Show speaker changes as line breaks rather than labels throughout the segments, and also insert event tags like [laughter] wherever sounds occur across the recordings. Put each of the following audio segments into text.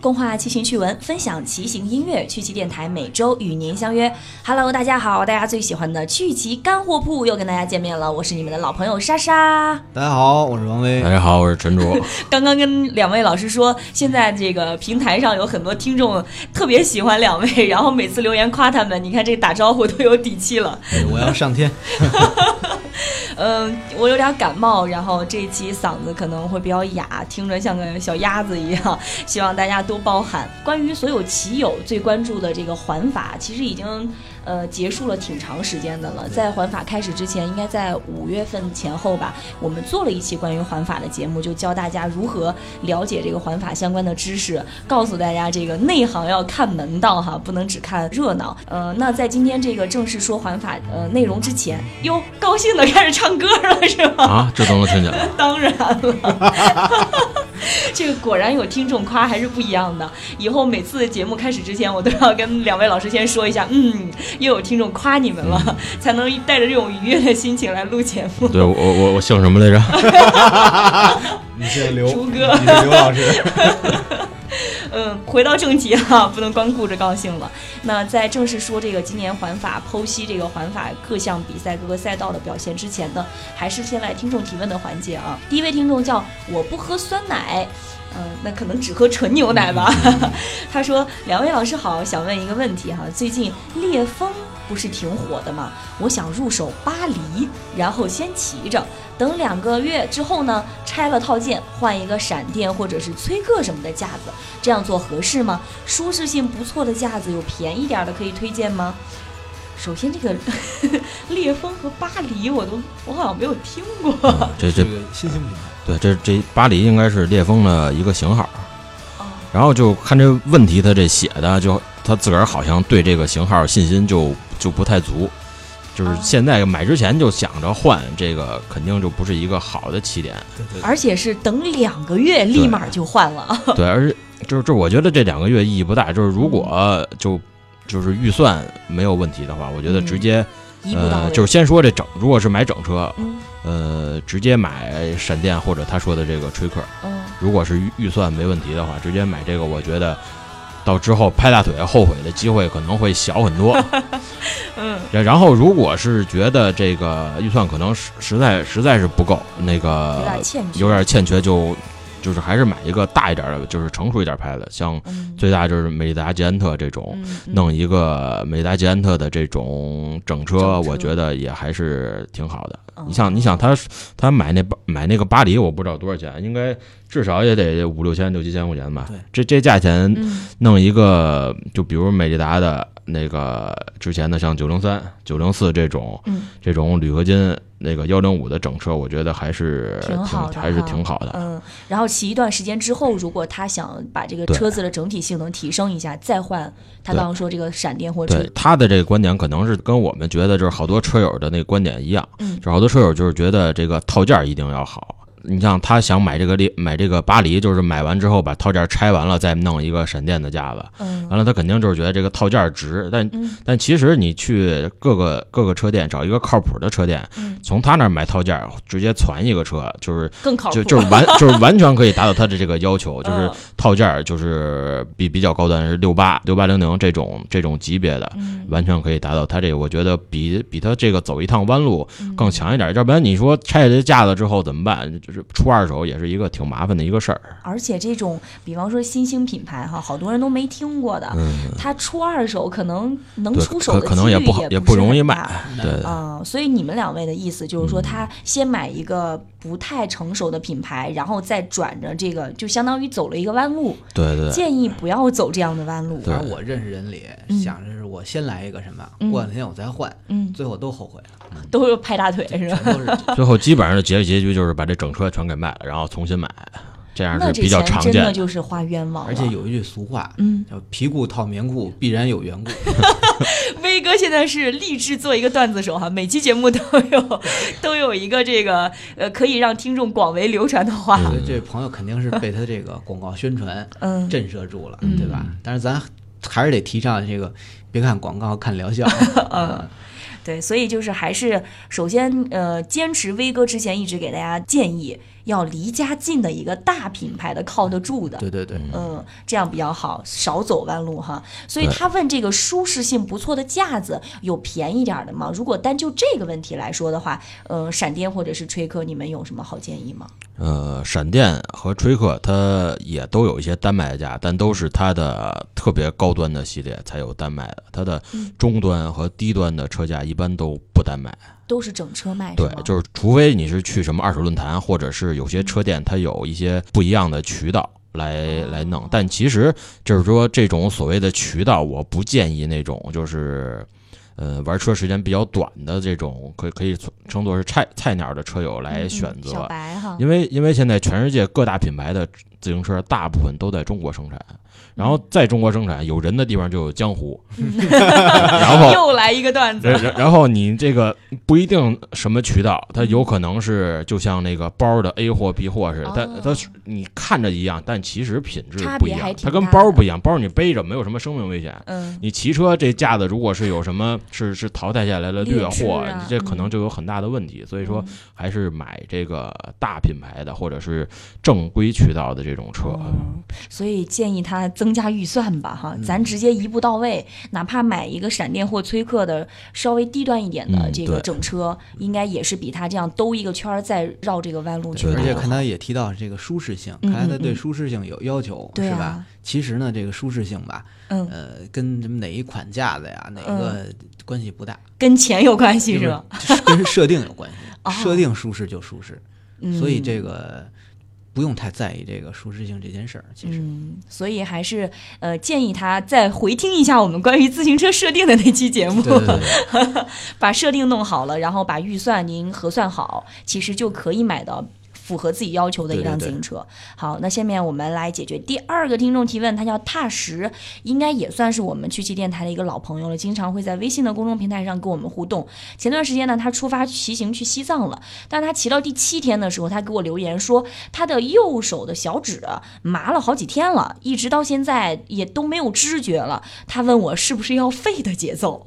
共话骑行趣闻，分享骑行音乐。趣骑电台每周与您相约。Hello，大家好，大家最喜欢的趣骑干货铺又跟大家见面了，我是你们的老朋友莎莎。
大家好，我是王威
大。家哎好，我是陈
[laughs]
卓。
刚刚跟两位老师说，现在这个平台上有很多听众特别喜欢两位，然后每次留言夸他们，你看这打招呼都有底气了。 [laughs]
哎
我要上天，
嗯，我有点感冒，然后这一期嗓子可能会比较哑，听着像个小鸭子一样，希望大家多包涵。关于所有骑友最关注的这个环法，其实已经呃结束了挺长时间的了。在环法开始之前，应该在五月份前后吧，我们做了一期关于环法的节目，就教大家如何了解这个环法相关的知识，告诉大家这个内行要看门道哈，不能只看热闹。呃，那在今天这个正式说环法呃内容之前，哟，高兴的开始唱歌了是吗？
啊，这都能听见了。
当然了， [laughs] 这个果然有听众夸还是不一样的。以后每次节目开始之前，我都要跟两位老师先说一下，嗯，又有听众夸你们了，才能带着这种愉悦的心情来录节目。
对我我我姓什么来着？
[laughs]
你是刘，
朱哥
你是刘老
[laughs]
师。
嗯，回到正题哈、不能光顾着高兴了。那在正式说这个今年环法剖析这个环法各项比赛各个赛道的表现之前呢，还是先来听众提问的环节啊。第一位听众叫我不喝酸奶。嗯，那可能只喝纯牛奶吧。 [laughs] 他说：“两位老师好，想问一个问题哈，最近烈风不是挺火的吗？我想入手巴黎，然后先骑着，等两个月之后呢，拆了套件，换一个闪电或者是崔克什么的架子，这样做合适吗？舒适性不错的架子有便宜点儿的可以推荐吗？首先，这个 [laughs] 烈风和巴黎我都我好像没有听过。
这
这
这
个新兴品牌，
对这这巴黎应该是烈风的一个型号。
哦，
然后就看这问题，他这写的就他自个儿好像对这个型号信心就就不太足，就是
哦
现在买之前就想着换这个，肯定就不是一个好的
[laughs]
起点。
对对
而且是等两个月立马就换了。
对，而且就是这，我觉得这两个月意义不大。就是如果就就是预算没有问题的话，我觉得直接、
嗯一步到
呃，
位，
就是先说这整，如果是买整车，
嗯
呃，直接买闪电或者他说的这个吹客，
嗯
如果是预预算没问题的话，直接买这个，我觉得到之后拍大腿后悔的机会可能会小很多。
嗯
然然后，如果是觉得这个预算可能实实在实在是不够，那
有
个
点欠缺，
呃有点欠缺就，就是还是买一个大一点的，就是成熟一点拍的，像
嗯
最大就是美利达捷安特这种。
嗯嗯
弄一个美利达捷安特的这种整车，
整车
我觉得也还是挺好
嗯
的。你像，你想他他买那巴买那个巴黎，我不知道多少钱，应该至少也得五六千、六七千块钱吧
对。
这这价钱
嗯
弄一个，就比如美利达的那个之前的，像九零三、九零四这种
嗯
这种铝合金那个幺零五的整车，我觉得还是
挺
呃挺
好的
还是
哈
挺好的。
嗯，然后骑一段时间之后，如果他想把这个
对
车子的整体性能提升一下，再换他
对
刚刚说这个闪电或
对
者
他的这个观点，可能是跟我们觉得就是好多车友的那个观点一样，
嗯
就是好多车友就是觉得这个套件儿一定要好。你像他想买这个列买这个巴黎，就是买完之后把套件儿拆完了，再弄一个闪电的架子，
嗯
完了他肯定就是觉得这个套件儿值。但、
嗯
但其实你去各个各个车店找一个靠谱的车店，
嗯
从他那儿买套件儿，直接攒一个车，就是
更靠谱，
就就是
[laughs]
完就是完全可以达到他的这个要求，就是
嗯
套件儿就是比比较高端是六八六八零零这种这种级别的，
嗯
完全可以达到他这个，我觉得比比他这个走一趟弯路
嗯
更强一点，要不然你说拆下这架子之后怎么办？就是出二手也是一个挺麻烦的一个事儿。
而且这种比方说新兴品牌哈，好多人都没听过的，
嗯，
他出二手可能能
对，
出手的
可可
几
能
率也
不好，也
不
不容
是
易
很
卖
大。
对，嗯
啊、所以你们两位的意思就是说，他先买一个不太成熟的品牌，然后再转着这个，就相当于走了一个弯路。
对对对，
建议不要走这样的弯路。
对
反正我认识人里，想着是我先来一个什么，
嗯
过两天我再换，
嗯，
最后都后悔了，
都是拍大腿是
[laughs]
吧？
全都
[laughs]
是。
最后基本上的结结局就是把这整车全给卖了，然后重新买，这样
那
是
这
比较
钱
常
真
见
的。就是花冤枉了。
而且有一句俗话，
嗯，
叫皮裤套棉裤，必然有缘故。
威哥现在是立志做一个段子手哈，每期节目都有 [laughs] 都有一个这个呃可以让听众广为流传的话。
所以这位朋友肯定是被他这个广告宣传
嗯
震慑住了，
嗯
对吧？但是咱还是得提倡这个，别看广告看疗
[laughs]
效。
啊
嗯，
对，所以就是还是首先呃坚持威哥之前一直给大家建议，要离家近的一个大品牌的靠得住的。
对对对，
嗯，这样比较好，少走弯路哈。所以他问这个舒适性不错的架子有便宜点儿的吗？如果单就这个问题来说的话，呃，闪电或者是吹科，你们有什么好建议吗？
呃，闪电和吹客它也都有一些单卖价，但都是它的特别高端的系列才有单卖的，它的
嗯
中端和低端的车价一般都不单卖。
都是整车卖是
对
吗？，
就是除非你是去什么二手论坛，或者是有些车店它有一些不一样的渠道来
哦
来弄，但其实就是说这种所谓的渠道，我不建议那种就是。呃，玩车时间比较短的这种，可以可以称作是菜菜鸟的车友来
嗯
选
嗯
择，
小白哈，
因为因为现在全世界各大品牌的自行车大部分都在中国生产，然
嗯
后在中国生产有人的地方就有江湖， [laughs] 然后
又来一个段子，
然然然后你这个不一定什么渠道，它
嗯
有可能是就像那个包的 A 货 B 货似的，它
哦
它是你看着一样，但其实品质
差
不一
别还
样，
挺
它跟
大
包
的
不一样，包你背着没有什么生命危险。
嗯，
你骑车这架子如果是有什么是是淘汰下来的劣
劣质
货，
啊
你这可能
嗯
就有很大的问题。所以说
嗯，
还是买这个大品牌的或者是正规渠道的这种车。
嗯所以建议他增加预算吧，哈，
嗯
咱直接一步到位，哪怕买一个闪电或崔克的稍微低端一点的
嗯
这个
对
整车，应该也是比他这样兜一个圈儿再绕这个弯路去
对
好。
而且看他也提到这个舒适性，
嗯
看来他
嗯
对
嗯
舒适性有要求，
对
是
啊
吧？其实呢，这个舒适性吧，
嗯，
呃，跟什么哪一款架子呀，哪个关系不大，
跟钱有关系
就是
吧？
就是跟设定有关系
[laughs] 哦，
设定舒适就舒适，
嗯，
所以这个不用太在意这个舒适性这件事儿。其实，
嗯，所以还是呃建议他再回听一下我们关于自行车设定的那期节目，
对对对
[laughs]
对，
把设定弄好了，然后把预算您核算好，其实就可以买到。符合自己要求的一辆自
对对对
行车。好，那下面我们来解决第二个听众提问，他叫踏实，应该也算是我们去汽电台的一个老朋友了，经常会在微信的公众平台上跟我们互动。前段时间呢，他出发骑行去西藏了，但是他骑到第七天的时候，他给我留言说，他的右手的小指麻了好几天了，一直到现在也都没有知觉了。他问我是不是要肺的节奏，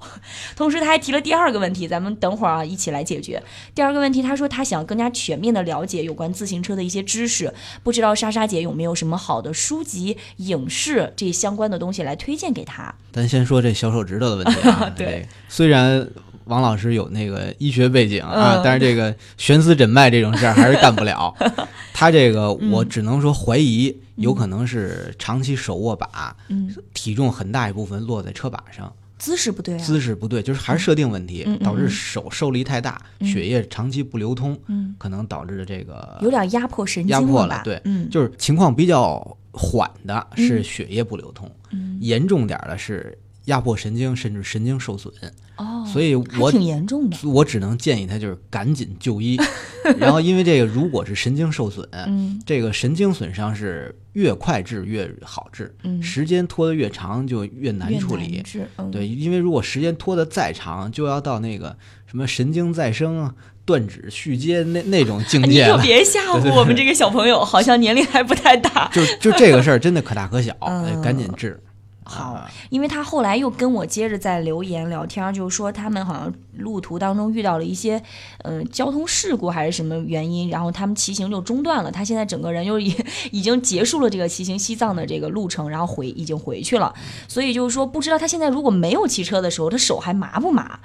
同时他还提了第二个问题，咱们等会儿啊一起来解决。第二个问题，他说他想更加全面的了解有关自行车的一些知识，不知道莎莎姐有没有什么好的书籍、影视这相关的东西来推荐给他？
咱先说这小手指头的问题
[laughs] 。
啊
对
这个，虽然王老师有那个医学背景啊，
嗯
但是这个悬丝诊脉这种事儿还是干不了。
[laughs]
他这个我
嗯
只能说怀疑，有可能是长期手握把，
嗯，
体重很大一部分落在车把上，
姿势不对啊，
姿势不对，就是还是设定问题，
嗯嗯嗯
导致手受力太大，
嗯
血液长期不流通，
嗯，
可能导致的这个
有点压迫神经
压迫
吧？
了对
嗯，
就是情况比较缓的是
嗯
血液不流通，
嗯
严重点儿的是压迫神经，甚至神经受损。
哦，
所以
还
我
挺严重的，
我只能建议他就是赶紧就医。然后因为这个，如果是神经受损，
嗯
这个神经损伤是越快治越好治，
嗯，
时间拖得越长就越难
越
处
难
理。
治，嗯
对，因为如果时间拖得再长，就要到那个什么神经再生啊、断指续接那那种境
哎你
界
可
了。
别吓唬我们这个小朋友，好像年龄还不太大。
就就这个事儿真的可大可小，哎
嗯
赶紧治。
好
啊
因为他后来又跟我接着在留言聊天儿，就是说他们好像路途当中遇到了一些，呃，交通事故还是什么原因，然后他们骑行就中断了。他现在整个人又已 [laughs] 已经结束了这个骑行西藏的这个路程，然后回已经回去了。所以就是说，不知道他现在如果没有骑车的时候，他手还麻不麻？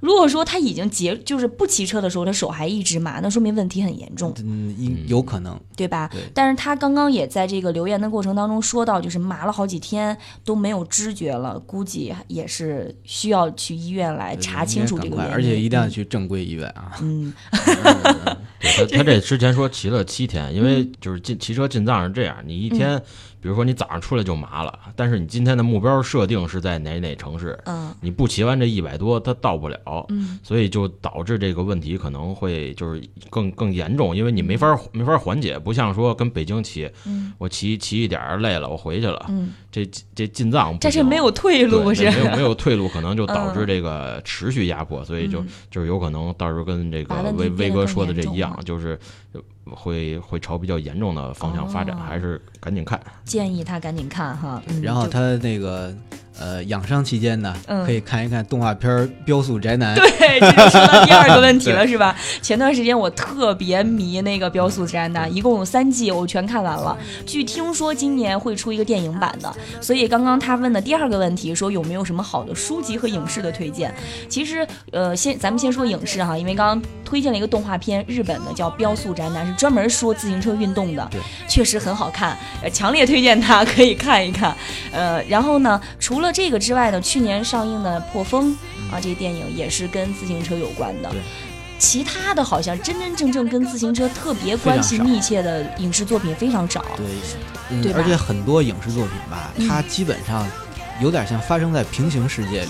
如果说他已经结就是不骑车的时候，他手还一直麻，那说明问题很严重。
嗯，应有可能。
对吧？
对
但是他刚刚也在这个留言的过程当中说到，就是麻了好几天都没有知觉了，估计也是需要去医院来查清楚这
应
个
该赶
原
快
因。
而且一定要去正规医院啊。
嗯
对他他这之前说骑了七天，因
嗯
为就是进骑车进藏是这样，你一天，比如说你早上出来就麻了，但是你今天的目标设定是在哪哪城市，
嗯
你不骑完这一百多，它到不了，
嗯
所以就导致这个问题可能会就是更更严重，因为你没法没法缓解，不像说跟北京骑，
嗯
我骑骑一点儿累了，我回去
啊
了，
嗯，
这这进藏不
这是
行
没有退
对
路
对
是
没有没有退路，可能就导
嗯
致这个持续压迫，所以就
嗯
就是有可能到时候跟这个
把问题
威
变
威
得
哥
更
说的这
严重
一样
了，
就是会会朝比较严重的方向发展，
哦
还是赶紧看。
建议他赶紧看哈。嗯
然后
就
他那个呃养伤期间呢，
嗯
可以看一看动画片儿《雕塑宅男》，
对，这就说到第二个问题了，是吧？前段时间我特别迷那个《标速宅男》，一共有三季，我全看完了。据听说今年会出一个电影版的，所以刚刚他问的第二个问题，说有没有什么好的书籍和影视的推荐？其实，呃，先咱们先说影视哈，因为刚刚推荐了一个动画片，日本的叫《标速宅男》，是专门说自行车运动的
对，
确实很好看，呃强烈推荐它可以看一看。呃，然后呢，除了这个之外呢，去年上映的《破风》啊，这电影也是跟自行车有关的
对。
其他的好像真真正正跟自行车特别关系
非常少
密切的影视作品非常少。
对，嗯
对，吧
而且很多影视作品吧，
嗯
它基本上有点像发生在平行世
[laughs]
界里，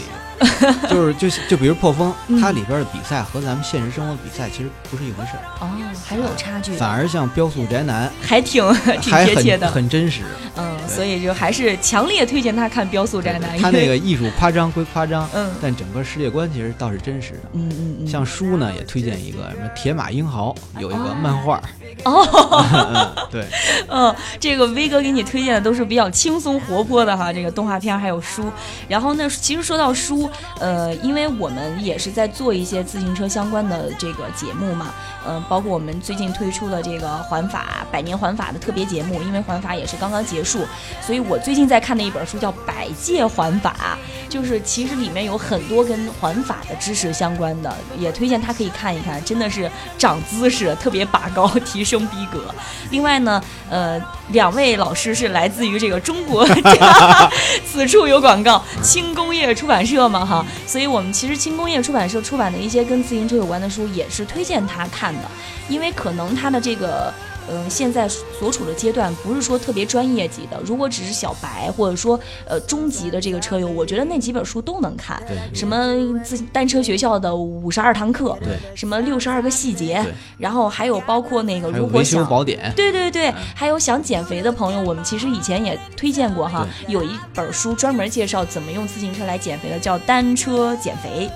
就是就就比如《破风
嗯》，
它里边的比赛和咱们现实生活比赛其实不是一回事儿，
哦，还是有差距的，
反而像《雕塑宅男
还挺呃 [laughs] 挺
还
贴切
很
的。
很真实，
嗯，
对
所以就还是强烈推荐他看《标速宅男》因为。
他那个艺术夸张归夸张，
[laughs] 嗯
但整个世界观其实倒是真实的。
嗯嗯嗯，
像书呢，也推荐一个什么《铁马英豪》，有一个
啊
漫画，
哦，
嗯，对，
[laughs] 嗯，这个威哥给你推荐的都是比较轻松活泼的哈，这个动画片还有书。然后呢，其实说到书，呃，因为我们也是在做一些自行车相关的这个节目嘛，嗯、包括我们最近推出了这个环法百年环法的特别节目，因为环法也是刚刚结束，所以我最近在看的一本书叫《百界环法》，就是其实里面有很多跟环法的知识相关的，也推荐他可以看一看，真的是长姿势，特别拔高， [laughs] 提升逼格。另外呢，呃，两位老师是来自于这个中
[laughs]
国， [laughs] 此处有广告，轻工业出版社嘛哈，所以我们其实轻工业出版社出版的一些跟自行车有关的书，也是推荐他看的，因为可能他的这个。嗯，现在所处的阶段不是说特别专业级的，如果只是小白或者说呃中级的这个车友，我觉得那几本书都能看。
对
什么自单车学校的五十二堂课，
对，
什么六十二个细节
对，
然后还有包括那个
还有
如果
维修
想
宝典，
对对
嗯
对，还有想减肥的朋友，我们其实以前也推荐过哈，有一本书专门介绍怎么用自行车来减肥的，叫《单车减肥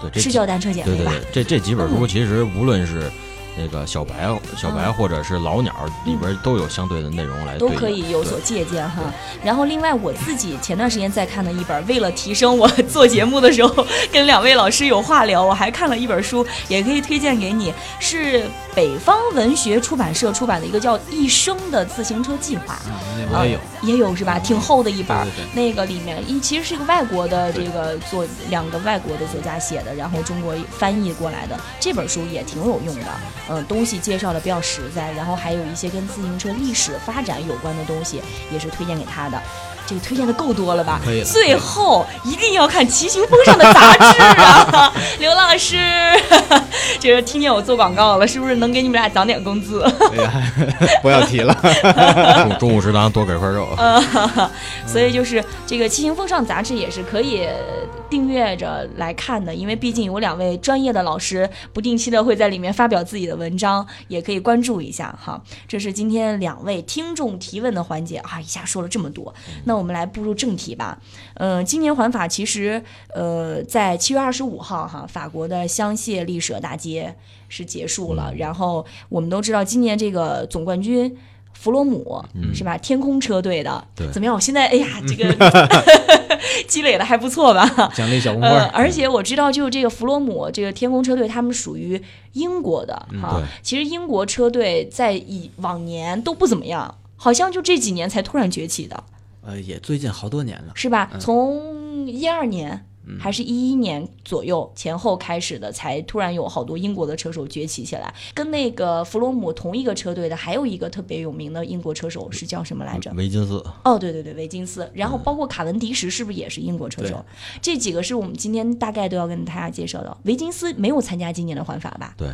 对，》，这
是叫《单车减
对
肥》
对
吧
对？，这这几本书其实无论是那个小白、小白
嗯
或者是老鸟里边都有相对的内容来
都
对应
可以有所
对
借鉴哈。然后，另外我自己前段时间在看的一本，为了提升我做节目的时候跟两位老师有话聊，我还看了一本书，也可以推荐给你，是北方文学出版社出版的一个叫《一生的自行车计划》。
啊，那我也有，
也有是吧？挺厚的一本儿，
对
那个里面一其实是一个外国的这个作两个外国的作家写的，然后中国翻译过来的这本书也挺有用的，嗯，东西介绍的比较实在，然后还有一些跟自行车历史发展有关的东西，也是推荐给他的。这个推荐的够多了吧？
可以了
最后一定要看《骑行风尚》的杂志啊， [laughs] 刘老师，这个听见我做广告了，是不是能给你们俩涨点工资？
对呀，不要提
[laughs]
了，
中中午食堂多给块肉。
嗯呃所以就是这个《骑行风尚》杂志也是可以订阅着来看的，因为毕竟有两位专业的老师不定期的会在里面发表自己的文章，也可以关注一下哈。这是今天两位听众提问的环节啊，一下说了这么多，那我们来步入正题吧。呃，今年环法其实呃在七月二十五号哈，法国的香榭丽舍大街是结束了，然后我们都知道今年这个总冠军。弗罗姆、是吧？天空车队的
对
怎么样？我现在哎呀，这个积累的还不错吧？
奖励小红
呃，
花，
而且我知道，就是这个弗罗姆这个天空车队，他们属于英国的哈、
对
其实英国车队在以往年都不怎么样，好像就这几年才突然崛起的，
呃，也最近好多年了，
是吧？从一二年。还是一一年左右前后开始的，才突然有好多英国的车手崛起起来。跟那个弗罗姆同一个车队的，还有一个特别有名的英国车手是叫什么来着？
维金斯，
哦，对对对，维金斯，然后
嗯
包括卡文迪什是不是也是英国车手？这几个是我们今天大概都要跟大家介绍的。维金斯没有参加今年的环法吧？
对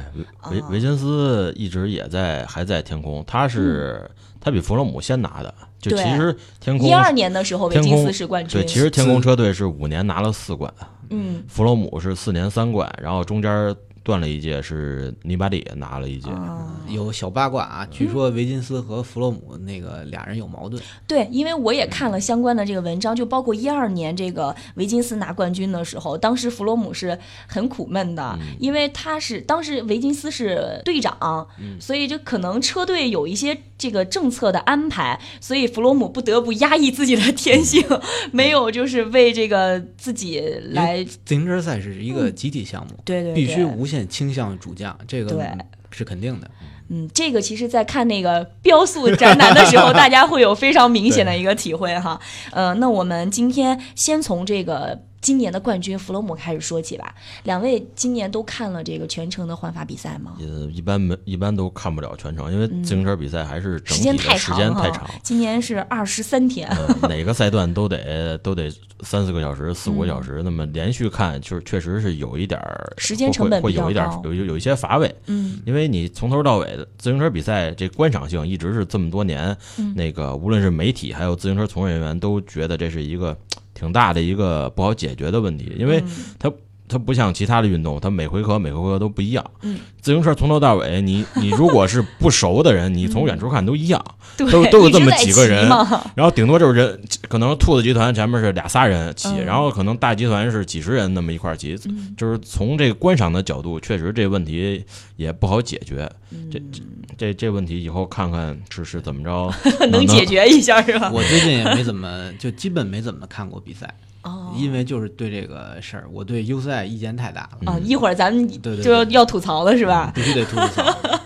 维维
哦
维金斯一直也在还在天空，他是他比弗洛姆先拿的，就
嗯对
其实天空
一二年的时候，维
天
金
空
斯是冠军。
对，其实天空车队是五年拿了四冠，
嗯，
弗洛姆是四年三冠，然后中间断了一届是尼巴里拿了一届，
啊，
有小八卦啊，据说维金斯和弗洛姆那个俩人有矛盾，
对，因为我也看了相关的这个文章，就包括一二年这个维金斯拿冠军的时候，当时弗罗姆是很苦闷的，
嗯
因为他是当时维金斯是队长，
嗯
所以就可能车队有一些这个政策的安排，所以弗罗姆不得不压抑自己的天性， [laughs] 没有就是为这个自己来，
自行车赛是一个集体项目，
嗯对对对，
必须无限倾向主将，这个
对
是肯定的。
嗯，这个其实，在看那个雕塑展览的时
[laughs]
候，大家会有非常明显的一个体会哈。呃，那我们今天先从这个今年的冠军弗洛姆开始说起吧。两位今年都看了这个全程的环法比赛吗？
呃，一般没一般都看不了全程，因为自行车比赛还是
嗯时
整体的
间太
时
长
间
哈，
太长，
今年是二十三天。
呃，哪个赛段都得都得三四个小时、四五个小时，那么连续看，就是确实是有一点儿
嗯时间成本
会
比
会
较
有一点
高
有有有一些乏味，
嗯
因为你从头到尾的自行车比赛这观赏性一直是这么多年，
嗯
那个无论是媒体还有自行车从业人员都觉得这是一个挺大的一个不好解决的问题，因
嗯
为它。它不像其他的运动，它每回合每回合都不一样。
嗯，
自行车从头到尾，你你如果是不熟的人，你从远处看都一样。
对，
都都有
一直
这么
在
几个
骑
人 [laughs]
嘛
然后顶多就是人，可能兔子集团前面是俩仨人骑，
嗯
然后可能大集团是几十人那么一块儿骑，
嗯
就是从这个观赏的角度，确实这问题也不好解决。
嗯
这这这这问题以后看看是是怎么着
[laughs] 能解。决一下是吧？
我最近也没怎么，就基本没怎么看过比赛，
哦
因为就是对这个事儿，我对 U 赛意见太大了，
啊，
嗯
一会儿咱们
对对
就要
对
要吐槽了是吧？
必须得吐槽。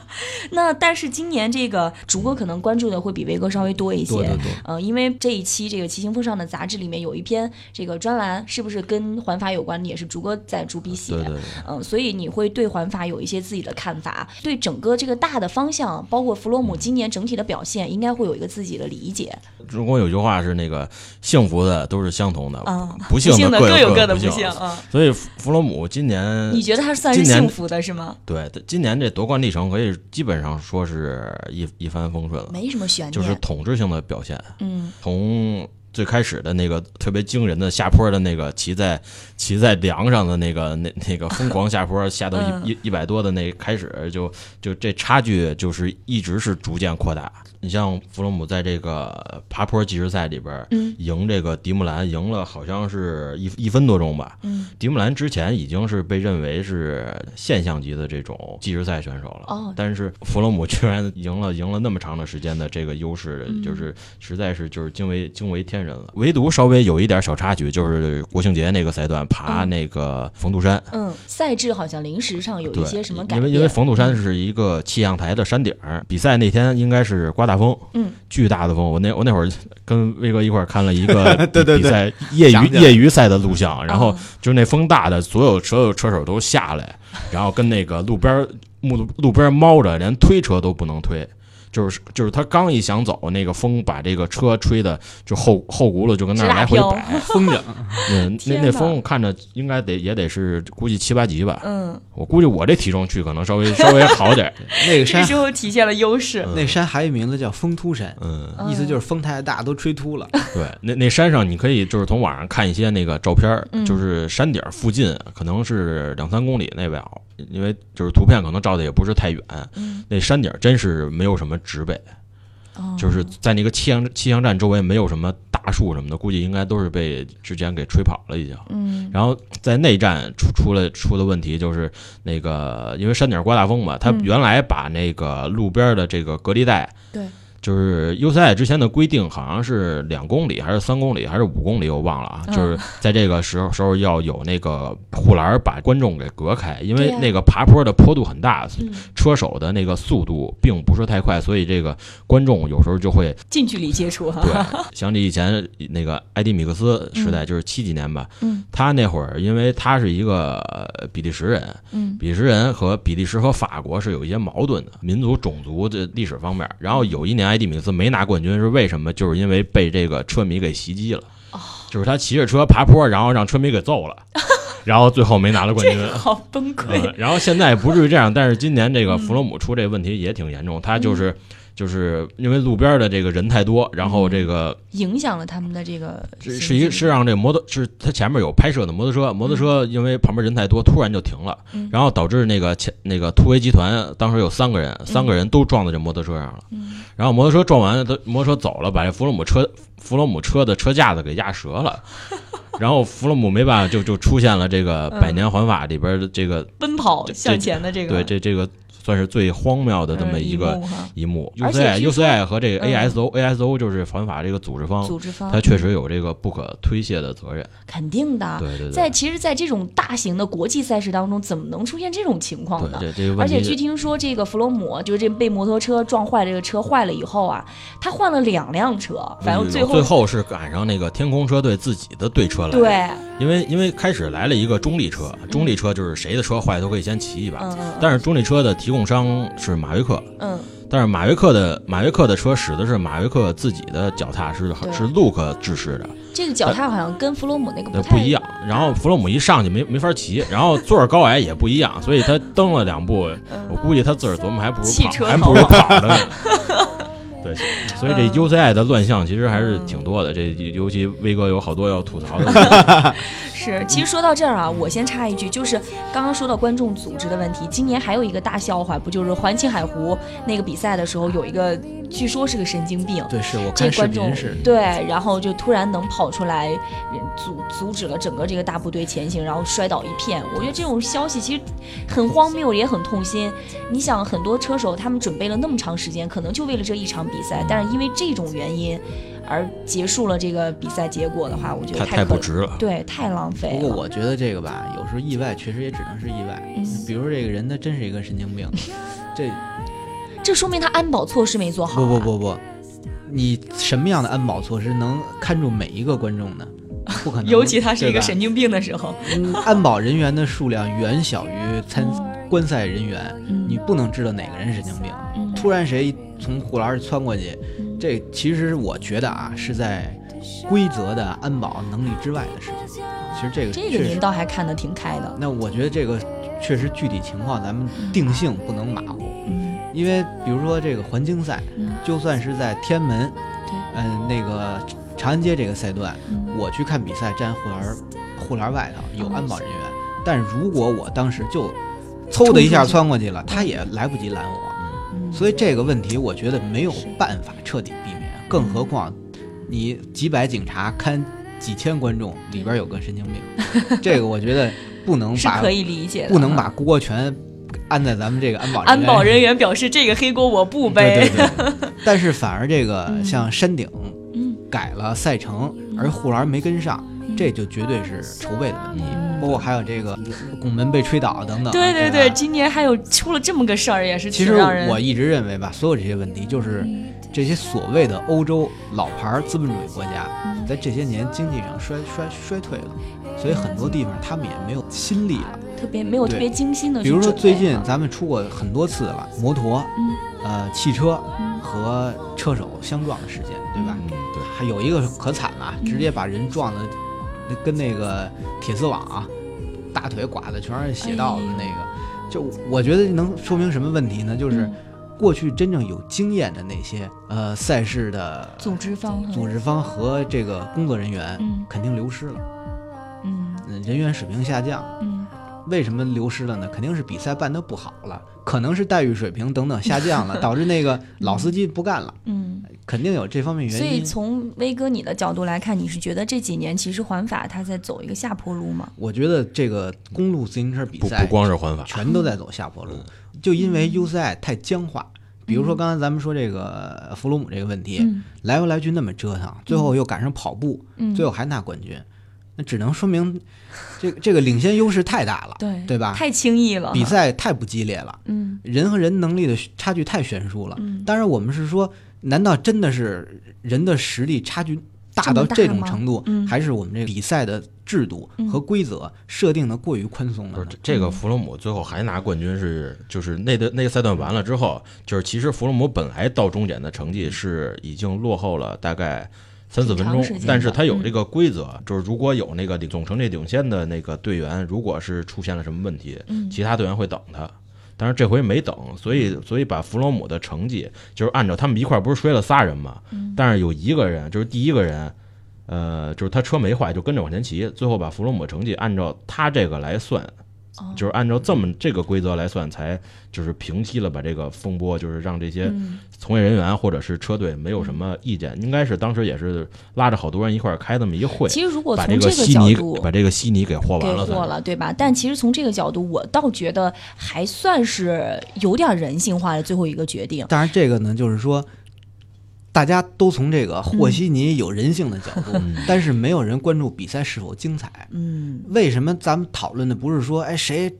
那但是今年这个竹哥可能关注的会比威哥稍微多一些，
多多多
呃，因为这一期这个《骑行风尚》的杂志里面有一篇这个专栏，是不是跟环法有关？也是竹哥在竹笔写
对
的，
对，
嗯，所以你会对环法有一些自己的看法，对整个这个大的方向，包括弗洛姆今年整体的表现，应该会有一个自己的理解。
中国有句话是那个幸福的都是相同的，
嗯，
哦不幸
的
的各
有各
的
的
幸。
幸啊。
所以弗弗洛姆今年
你觉得他算是
今年
幸福的是吗？
对今年这夺冠历程可以基本上说是一一帆风顺了，
没什么悬念，
就是统治性的表现。
嗯，
从最开始的那个特别惊人的下坡的那个骑在骑在梁上的那个那那个疯狂下坡下到
嗯
一一一百多的那开始就就这差距就是一直是逐渐扩大。你像弗洛姆在这个爬坡计时赛里边，
嗯
赢这个迪木兰赢了好像是一一分多钟吧。
嗯，
迪木兰之前已经是被认为是现象级的这种计时赛选手了，
哦
但是弗洛姆 [laughs] 居然赢了赢了那么长的时间的这个优势，
嗯
就是实在是就是惊为惊为天人了。唯独稍微有一点小插曲，就是国庆节那个赛段爬
嗯
那个冯杜山。
嗯，赛制好像临时上有
对
一些什么，改
因
变，嗯
为因为冯杜山是一个气象台的山顶儿，比赛那天应该是刮大风，
嗯，
巨大的风。我那我那会儿跟威哥一块儿看了
[laughs]
一个
对对
比
对
赛业
想
余
起来
业余赛的录像，然后
嗯
就是那风大的，所有所有车手都下来，然后跟那个路边儿木路路边儿猫着，连推车都不能推。就是就是他刚一想走，那个风把这个车吹的就后后轱辘就跟那儿
直打
来回
飘
摆，
风筝，
[laughs]
嗯，那
天哪
那风看着应该得也得是估计七八级吧，
嗯，
我估计我这体重去可能稍微稍微好点儿，
那个
这
山
个时候体现了优势。
那山还有一名字叫风秃山，
嗯，
嗯
意思就是风太大都吹秃了。
对，那那山上你可以就是从网上看一些那个照片儿，
嗯
就是山顶儿附近可能是两三公里内外，因为就是图片可能照的也不是太远，
嗯，
那山顶儿真是没有什么植被，
哦
就是在那个气象气象站周围没有什么大树什么的，估计应该都是被之前给吹跑了已经。
嗯
然后在内战出出了出了问题，就是那个因为山顶儿刮大风嘛，他
嗯
原来把那个路边儿的这个隔离带，
对，
就是优赛之前的规定好像是两公里还是三公里还是五公里，我忘了啊，
嗯
就是在这个时候时候要有那个护栏儿把观众给隔开，因
对
为
呀
那个爬坡的坡度很大，
嗯，
车手的那个速度并不是太快，所以这个观众有时候就会
近距离接触哈、 [laughs]
对，想起以前那个埃迪米克斯时代，就是七几年吧，
嗯
他那会儿因为他是一个呃比利时人，
嗯
比利时人和比利时和法国是有一些矛盾的，民族、种族这历史方面。然后有一年埃迪米克斯没拿冠军是为什么？就是因
哦 [laughs]
为被这个车迷给袭击了，就是他骑着车爬坡，然后让车迷给揍了。然后最后没拿到冠
这
军。
个好崩
嗯
溃。，
然后现在不至于这样，但是今年
嗯
这个弗洛姆出这问题也挺严重，他就是就是因为路边的这个人太多，然
嗯
后这个
影响了他们的这个
是
行
是一
进
是让这摩托是他前面有拍摄的摩托车，摩托车因为旁边人太多，突然就停了
嗯，
然后导致那个前那个突围集团当时有三个人，三个人都撞到这摩托车上了，
嗯
然后摩托车撞完，他摩托车走了，把这弗洛姆车弗洛姆车的车架子给压折
[laughs]
了。然后弗洛姆没办法，就就出现了这个《百年环法》里边的这个
奔跑
这
向前的嗯这个
对，这这个算是最荒谬的这么
嗯
一个
幕哈
一幕。
而且
UCI
据说
UCI 和这个
嗯
ASO、ASO 就是反法这个组织方，
组织方
它确实有这个不可推卸的责任。
肯定的。
对对
啊在
对，
其实，在这种大型的国际赛事当中，怎么能出现这种情况呢？
对这这个问
而且据
题，
听说，这个弗洛姆就是这被摩托车撞坏，这个车坏了以后啊，他换了两辆车，反正最
哎最
后
后是赶上那个天空车队自己的队车来了，
对，
因为因为开始来了一个中立车，中立车就是谁的车坏都可以先骑一把，
嗯嗯
但是中立车的提供商是马维克，
嗯，
但是马维克的马维克的车使的是马维克自己的脚踏是
对
是 Luke 制式的，
这个脚踏好像跟弗洛姆那个
呃，
太
不一样。然后弗洛姆一上去没没法骑，然后座儿高矮也不一样，所以他蹬了两步，我估计他自个儿琢磨还不如
嗯汽
跑，
车
还
头
不如
[laughs]
跑呢。对，所以这 UCI 的乱象其实还是
嗯
挺多的，这尤其威哥有好多要吐
[laughs]
槽的。
是，其实说到这儿啊，我先插一句，就是刚刚说到观众组织的问题，今年还有一个大笑话，不就是环青海湖那个比赛的时候，有一个据说是个神经病，
对，是我
这
看视
观众
频是，
对，然后就突然能跑出来，嗯阻阻止了整个这个大部队前行，然后摔倒一片。我觉得这种消息其实很荒谬，也很痛心。你想，很多车手他们准备了那么长时间，可能就为了这一场比赛，但是因为这种原因而结束了这个比赛结果的话，我觉得
太
太
太
可
不值了，
对，太浪费
不
了。
过我觉得这个吧，有时候意外确实也只能是意外。
嗯
比如说这个人他真是一个神经病，这
这说明他安保措施没做好、啊
不不，不不，你什么样的安保措施能看住每一个观众呢？不可能，
尤其他是一个
对吧
神经病的时候，
嗯安保人员的数量远小于参观赛人员，
嗯
你不能知道哪个人是神经病。
嗯
突然谁从护栏儿窜过去，这其实我觉得啊是在规则的安保能力之外的事情。其实这个
这个
确
您
实，
倒还看得挺开的。
那我觉得这个确实具体情况咱们定性不能马虎，
嗯
因为比如说这个环京赛，
嗯
就算是在天安门，
对
嗯、那个长安街这个赛段，
嗯
我去看比赛站护栏儿护栏外头有安保人员，
哦
但如果我当时就嗖的一下窜过去了，他也来不及拦我，
嗯
所以这个问题我觉得没有办法彻底避免，更
嗯
何况你几百警察看几千观众里边有个神
[laughs]
经病，这个我觉得不能
是
把
可以理解的，
不能把锅全安在咱们这个安保
安保
人
人员表示这个黑锅我不背。
对
[laughs]
对对，但是反而这个
嗯
像山顶
嗯
改了赛程，而护栏没跟上，这就绝对是筹备的问题。包括还有这个拱门被吹倒等等。
嗯对对
啊对
对，
吧
今年还有出了这么个事儿，也是
其
挺
实
让人嗯
我一直认为吧，所有这些问题就是这些所谓的欧洲老牌资本主义国家，
嗯
在这些年经济上衰衰衰退了，所以很多地方他们也没有心力了。
特别没有特
对
别精心的。
比如说最近咱们出过很多次了，摩托、
嗯
呃汽车
嗯
和车手相撞的事件，对吧？
嗯，对，
还有一个可惨了，直接把人撞的跟那个铁丝网啊，大腿刮的全是血道的那个。就我觉得能说明什么问题呢？就是过去真正有经验的那些呃赛事的
组织方哈
组织方和这个工作人员
嗯
肯定流失了，
嗯
嗯人员水平下降。
嗯
为什么流失了呢？肯定是比赛办得不好了，可能是待遇水平等等下
[laughs]
降了，导致那个老司机不干了，
嗯，
肯定有这方面原因。
所以从威哥你的角度来看，你是觉得这几年其实环法它在走一个下坡路吗？
我觉得这个公路自行车比
不
赛
不光嗯是环法，
全都在走下坡路，就因
嗯
为 UCI 太僵化。比如说刚才咱们说这个弗鲁姆这个问题，
嗯
来回来去那么折腾，最后又赶上跑步，
嗯，
最后还拿冠军，那只能说明这个这个领先优势太大了，
对
对吧？
太轻易了，
比赛太不激烈了，
嗯
人和人能力的差距太悬殊了。
嗯
当然，我们是说，难道真的是人的实力差距大
这么
到
大
这种
吗
程度，
嗯
还是我们这个比赛的制度和规则设定的过于宽松
不
了
是
呢？
这这
嗯
个弗洛姆最后还拿冠军是，就是那的那个赛段完了之后，就是其实弗洛姆本来到终点的成绩是已经落后了大概三四分
挺
钟
长时间，的
但是它有
嗯
这个规则，就是如果有那个总成绩领先的那个队员，如果是出现了什么问题，
嗯
其他队员会等他。但是这回没等，所以所以把弗罗姆的成绩就是按照他们一块儿不是摔了仨人嘛，
嗯
但是有一个人就是第一个人，呃，就是他车没坏，就跟着往前骑，最后把弗洛姆的成绩按照他这个来算，
哦
就是按照这么这个规则来算，才就是平息了把这个风波，就是让这些
嗯
从业人员或者是车队没有什么意见，应该是当时也是拉着好多人一块儿开这么一个会，
其实如果
把
从
这
这个
悉
角
尼
度
把这个悉尼给豁
给
完了
过
算。
了，对吧？但其实从这个角度，我倒觉得还算是有点人性化的最后一个决定。
当然，这个呢，就是说，大家都从这个和稀泥有人性的角度，
嗯
但是没有人关注比赛是否精彩。
嗯，
为什么咱们讨论的不是说，哎，谁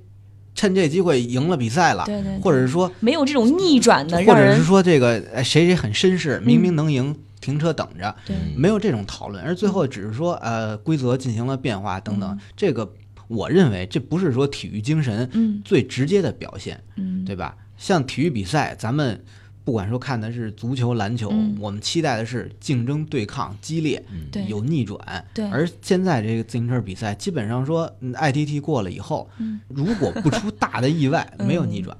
趁这机会赢了比赛了，
对对对
啊或者是说，
没有这种逆转的，
或
让
者
人嗯
是说这个，哎，谁谁很绅士，明明能赢，停车等着，
对
嗯
没有这种讨论，而最后只是说，呃，规则进行了变化等等。这个，我认为这不是说体育精神
嗯
最直接的表现。
嗯
对吧？像体育比赛，咱们不管说看的是足球、篮球，
嗯
我们期待的是竞争、对抗、激烈，
嗯
对
有逆转。
对
而现在这个自行车比赛，基本上说嗯 ITT 过了以后，
嗯
如果不出大的意
[laughs]
外，
嗯
没有逆转，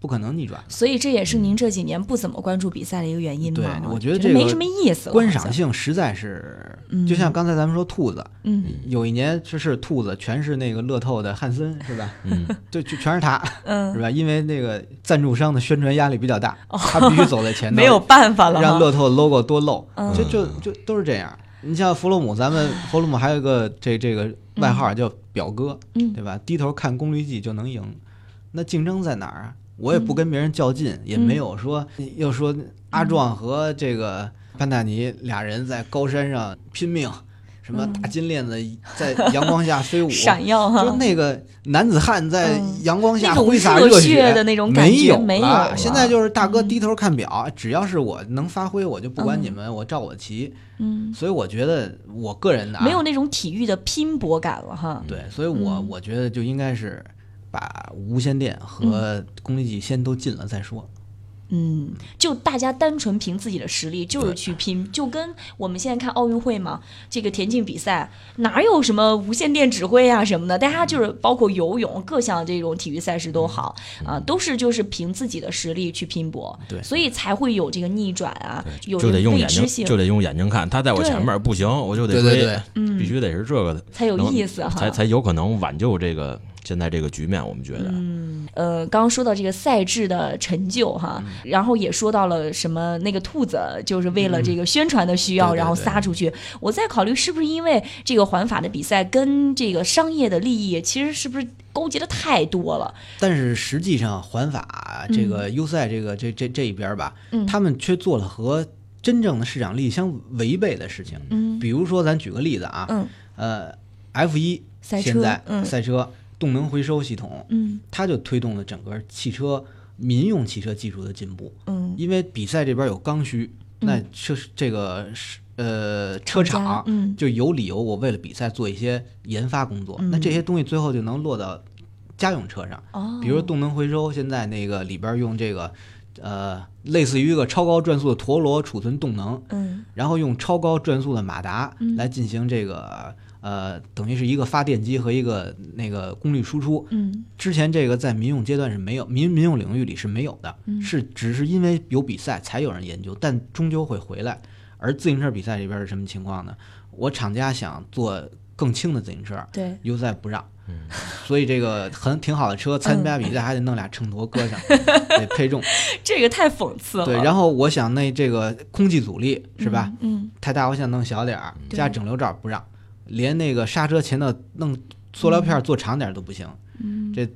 不可能逆转。
所以这也是您这几年不怎么关注比赛的一个原因
嗯对
吧？
我
觉
觉得这个
没什么意思了，
观
好
赏
像。
性实在是
嗯，
就像刚才咱们说兔子，
嗯
有一年就是兔子全是那个乐透的汉森是吧？
嗯，
[laughs] 就就全是他是
嗯，哦
吧？因为那个赞助商的宣传压力比较大，他必须走在前
[laughs]
头，
没有办法了
让
哈。
乐透 logo 多露，
嗯
就就就都是这样。你像弗洛姆，
[laughs]
咱们弗洛姆还有一个这这个外号叫表哥，
嗯
对吧？低头看功率计就能赢，那竞争在哪儿啊？我也
嗯
不跟别人较劲，也没有说又说阿
嗯
壮和这个潘达尼俩人在高山上拼命，什么大金链子在阳光下
[laughs]
飞舞，
嗯闪耀哈
就那个男子汉在
嗯
阳光下
那种
挥洒
热
血
血的那种感觉没
没
有
了
了嗯
现在就是大哥低头看表，只要是我能发挥，我就不管你们，我照我骑。
嗯，
所以我觉得我个人的啊
没有那种体育的拼搏感了哈。
对，所以我
嗯
我觉得就应该是把无线电和功率计先都禁了再说。
嗯，就大家单纯凭自己的实力就是
对
去拼，就跟我们现在看奥运会嘛，这个田径比赛哪有什么无线电指挥啊什么的，大家就是包括游泳各项这种体育赛事都好
嗯
啊，都是就是凭自己的实力去拼搏，
对
所以才会有这个逆转啊，有这
就
个
得用
未
眼
知
睛，
性
就得用眼睛看。他在我
对嗯
前面不行，我就得
对
追，
对对
必须得是这个的，
才有
能
意思哈。
才才有可能挽救这个现在这个局面。我们觉得，
呃，刚刚说到这个赛制的成就哈，
嗯
然后也说到了什么那个兔子，就是为了这个宣传的需要，
对对
然后
对
撒出去。我在考虑是不是因为这个环法的比赛跟这个商业的利益，其实是不是勾结的太多了？
但是实际上，环法这个优赛这个这这这一边儿吧，
嗯
他们却做了和真正的市场利益相违背的事情。
嗯
比如说，咱举个例子啊，
嗯
呃，F 一
赛车
现在、
嗯
赛车动能回收系统，
嗯
它就推动了整个汽车民用汽车技术的进步。
嗯，
因为比赛这边有刚需，
嗯
那车这个是呃车
厂家
厂、
嗯
就有理由我为了比赛做一些研发工作，
嗯
那这些东西最后就能落到家用车上。
哦，
比如说动能回收，现在那个里边用这个，呃，类似于一个超高转速的陀螺储存动能，
嗯
然后用超高转速的马达来进行这个，呃，等于是一个发电机和一个那个功率输出。
嗯
之前这个在民用阶段是没有，民民用领域里是没有的，是只是因为有比赛才有人研究，但终究会回来。而自行车比赛这边是什么情况呢？我厂家想做更轻的自行车，
对。
优赛不让，所以这个很挺好的车参加比赛还得弄俩秤砣搁上，得配重。
这个太讽刺了。
对，然后我想那这个空气阻力是吧？
嗯，
太大我想弄小点儿，
对
加整流罩不让，连那个刹车前头弄塑料片儿做长点儿都不行。这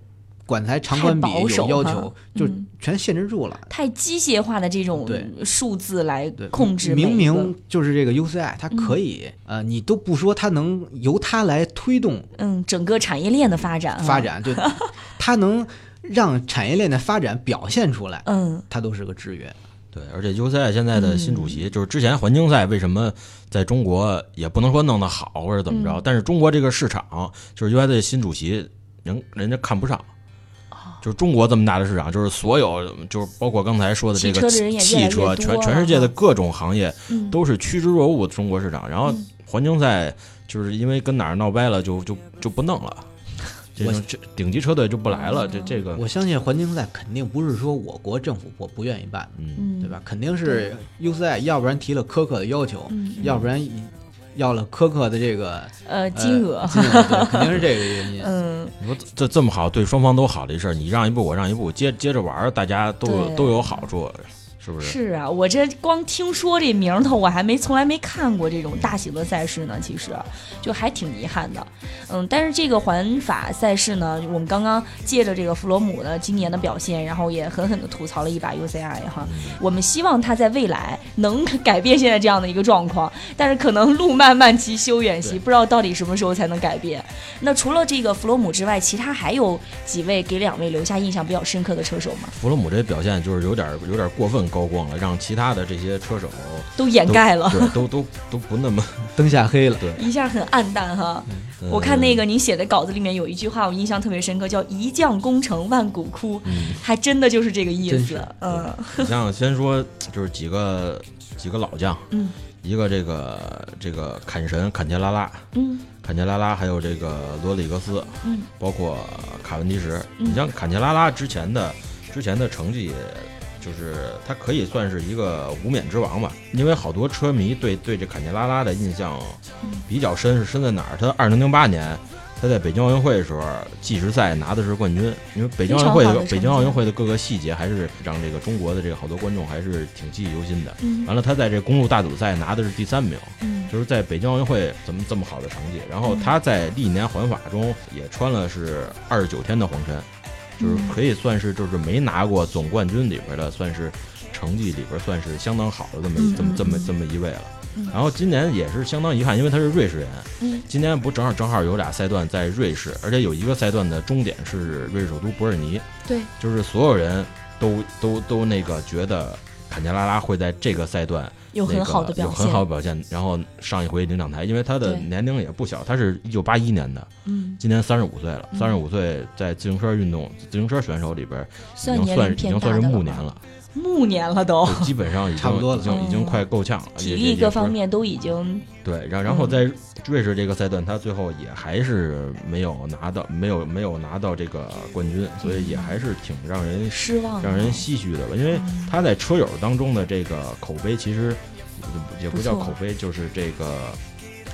管材长宽比
嗯太保守
有要
哈嗯
求，就全限制住了。
太机械化的这种
对
数字来
对，
控制每一
明
个，
明就是这个 UCI，它可以，呃，你都不说它能由它来推动
嗯整个产业链的发展啊
发，展，就它能让产业链的发展表现出来，
嗯
它都是个制约。
对，而且优赛现在的新主席，就是之前环京赛为什么在中国也不能说弄得好或者怎么
嗯哦
着，但是中国这个市场，就是优赛的新主席人人家看不上，就是中国这么大的市场，就是所有就是包括刚才说的这个
汽车的人也越来
汽
越多
车，
了
全全世界的各种行业
嗯，
都是趋之若鹜的中国市场。然后
嗯
环球赛就是因为跟哪儿闹掰了，就就就不弄
[laughs]
了，这种这顶级车队就不来了。这这个，
我相信环境赛肯定不是说我国政府我不愿意办，
嗯，
嗯，
对？吧？肯定是 U 赛，要不然提了苛刻的要求，
嗯，
要不然要了苛刻的这个
呃，
呃
金额，
金额对肯定是这个原因。
[laughs] 嗯，
你说这这么好，对双方都好的一事儿，你让一步，我让一步，接接着玩儿，大家都有
对
都有好处，是不是？
是啊，我这光听说这名头，我还没从来没看过这种大型的赛事呢。其实，就还挺遗憾的。嗯，但是这个环法赛事呢，我们刚刚借着这个弗罗姆的今年的表现，然后也狠狠地吐槽了一把 UCI 哈。
嗯
我们希望他在未来能改变现在这样的一个状况，但是可能路漫漫其修远兮，
对
不知道到底什么时候才能改变。那除了这个弗罗姆之外，其他还有几位给两位留下印象比较深刻的车手吗？
弗洛姆这表现就是有点儿有点儿过分高光了，让其他的这些车手
都掩
都
盖了。
对都都都不那么。 [laughs]
灯下黑了，
一下很暗淡哈。
嗯
我看那个您写的稿子里面有一句话，我印象特别深刻，叫“一将功成万骨枯”，
嗯
还真的就是这个意
真
思
是。
嗯
你像先说就是几个几个老将，
嗯
一个这个这个坎神坎切拉拉，
嗯
坎切拉拉，还有这个罗里格斯，
嗯，
包括卡文迪什。
嗯
你像坎切拉拉之前的之前的成绩，就是他可以算是一个无冕之王吧，因为好多车迷对对这坎切拉拉的印象比较深，是深在哪儿？他二零零八年。他在北京奥运会的时候，计时赛拿的是冠军，因为北京奥运
非
会
常好的成绩
北京奥运会的各个细节还是让这个中国的这个好多观众还是挺记忆犹新的。
嗯
完了，他在这公路大组赛拿的是第三名，
嗯
就是在北京奥运会怎么这么好的成绩？然后他在历年环法中也穿了是二十九天的黄衫，就是
嗯
可以算是就是没拿过总冠军里边的，算是成绩里边算是相当好的这么
嗯
这么
嗯
这么
嗯
这么一位了
嗯。
然后今年也是相当遗憾，因为他是瑞士人，
嗯
今年不正好正好有俩赛段在瑞士，而且有一个赛段的终点是瑞士首都伯尔尼，
对，
就是所有人都都都那个觉得坎切拉拉会在这个赛段
有
那
很
个
好的表
有
现
很。好的表现。然后上一回领奖台，因为他的
对
年龄也不小，他是一九八一年的，
嗯，
今年三十五岁了。
嗯
三十五岁在自行车运动、自行车选手里边，已
算
经
年
算
龄
已
偏
经
大
算
的了吧哦
是暮年了，
暮年了都，
就基本上已
[laughs]
经
差不多了
已经已经
嗯
快够呛了，
体
也
力
也
各
也
方
不是
面嗯都已经
对。然然后在瑞士这个赛段，他最后也还是没有拿到，没有没有拿到这个冠军，所以也还是挺让人
失望了，
让人唏嘘的吧，因为
嗯
他在车友当中的这个口碑，其实也也不叫
不错
口碑，就是这个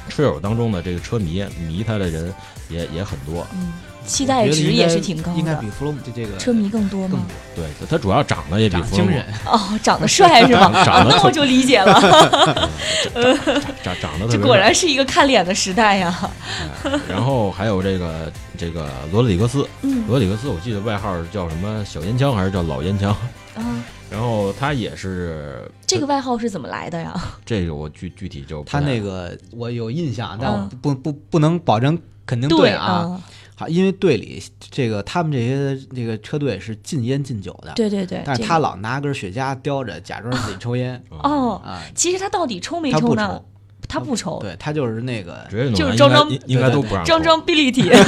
车友当中的这个车迷迷他的人也也很多。
嗯，期待值也是挺高
应该
的
比。弗洛姆这这个
车迷更多
更
吗？
对他他主要长得也比
长
弗洛
精
姆
神，
哦，长得帅
[laughs]
是吧？
长
啊 [laughs]
得
那我就理解
[laughs]
了，
长长得特
这
别
果然是一个看脸的时代呀。
帅。然后还有这个这个罗德里格斯，
嗯
罗德里格斯我记得外号叫什么小烟枪还是叫老烟枪，
啊，
然后他也是
这个外号是怎么来的呀？
这个我具具体就不
他
太
那个我有印象，但我
嗯
不不不能保证肯定
对嗯
啊，，好，因为队里这个他们这些这个车队是禁烟禁酒的，
对对对。
但是
这
他
个
老拿根雪茄叼着，假装自己抽烟
哦，
啊，
其实他到底抽没
他
抽
不
呢哦
抽？，
他不抽，
对他就是那个
职业运
就
动
是
员
装
应该
装
应应该都不让
装
说
装
[laughs]
ability
对对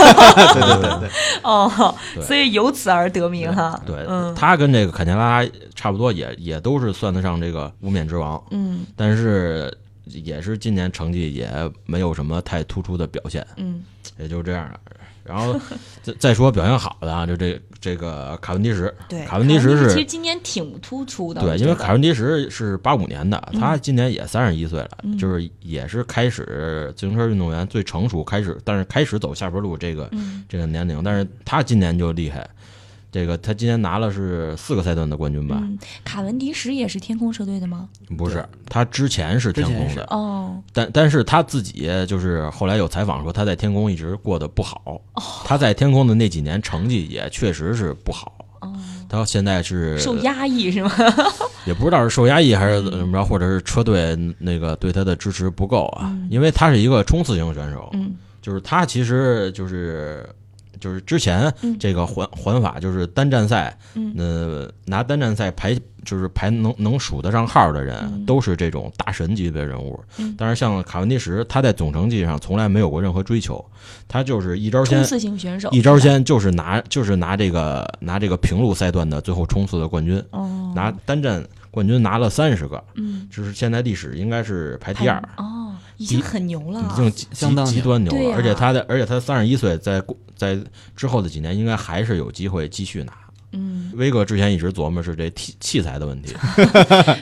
对对，
哦，
对
所以由此而得名哈。
对，
嗯
他跟这个坎切拉拉差不多也，也都是算得上这个无冕之王，
嗯
但是也是今年成绩也没有什么太突出的表现，
嗯
也就这样了。然后再再说表现好的啊，就这这个卡文迪什，
对，
卡文迪什
其实
是。
今年挺突出的，
对，
我
因为
觉得
卡文迪什是八五年的，
嗯
他今年也三十一岁了，
嗯
就是也是开始自行车运动员最成熟开始，但是开始走下坡路这个
嗯
这个年龄，但是他今年就厉害，这个他今年拿了是四个赛段的冠军吧，
嗯，卡文迪什也是天空车队的吗？
不是
对，
他之前是天
之
空
前
的
是，
哦，
但但是他自己就是后来有采访说他在天空一直过得不好，
哦
他在天空的那几年成绩也确实是不好，
哦
他现在是
受压抑是吗？
也不知道是受压抑还是怎么着，或者是车队那个对他的支持不够啊，因为他是一个冲刺型选手，
嗯
就是他其实就是就是之前
嗯
这个环环法就是单站赛，
嗯
呃，拿单站赛排就是排能能数得上号的人，
嗯
都是这种大神级别人物
嗯。
但是像卡文迪什，他在总成绩上从来没有过任何追求，他就是一招
冲
鲜。
刺型选手，
一招鲜就是拿就是拿这个拿这个平路赛段的最后冲刺的冠军，
哦，
拿单站冠军拿了三十个，
嗯，
就是现在历史应该是排第
排
二，
哦，已经很牛了，
已经极
啊相当
极极端牛
对
了。
呀
而且他的，而且他三十一岁，在过在之后的几年，应该还是有机会继续拿。
嗯，
威哥之前一直琢磨是这器器材的问题，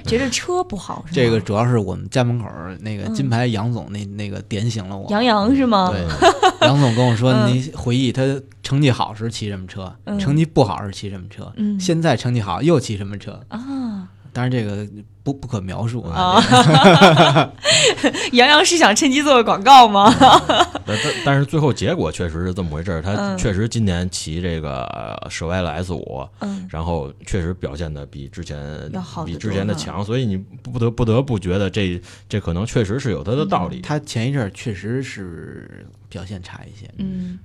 觉着车不好是吗？
这个主要是我们家门口儿那个
嗯
金牌杨总那那个点醒了我。
杨洋是吗？
对， [laughs] 杨总跟我说，
嗯
你回忆他成绩好时骑什么车，
嗯
成绩不好时骑什么车，
嗯
现在成绩好又骑什么车。
啊，
当然这个不不可描述
啊
啊。
杨洋是想趁机做个广告
[laughs]
吗？
但但但是最后结果确实是这么回事儿。他
嗯
确实今年骑这个呃舍歪了 S 五，
嗯，
然后确实表现的比之前
要好得
比
多嗯
之前的
呢
强，所以你不得不得不觉得这这可能确实是有它的道理。
他前一阵儿确实是表现差一些，
嗯，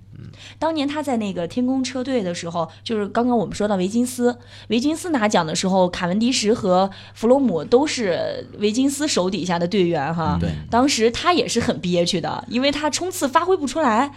当年他在那个天宫车队的时候，就是刚刚我们说到维金斯，维金斯拿奖的时候，卡文迪什和弗罗姆都是维金斯手底下的队员哈。
嗯对，
当时他也是很憋屈的，因为他冲刺发挥不出来，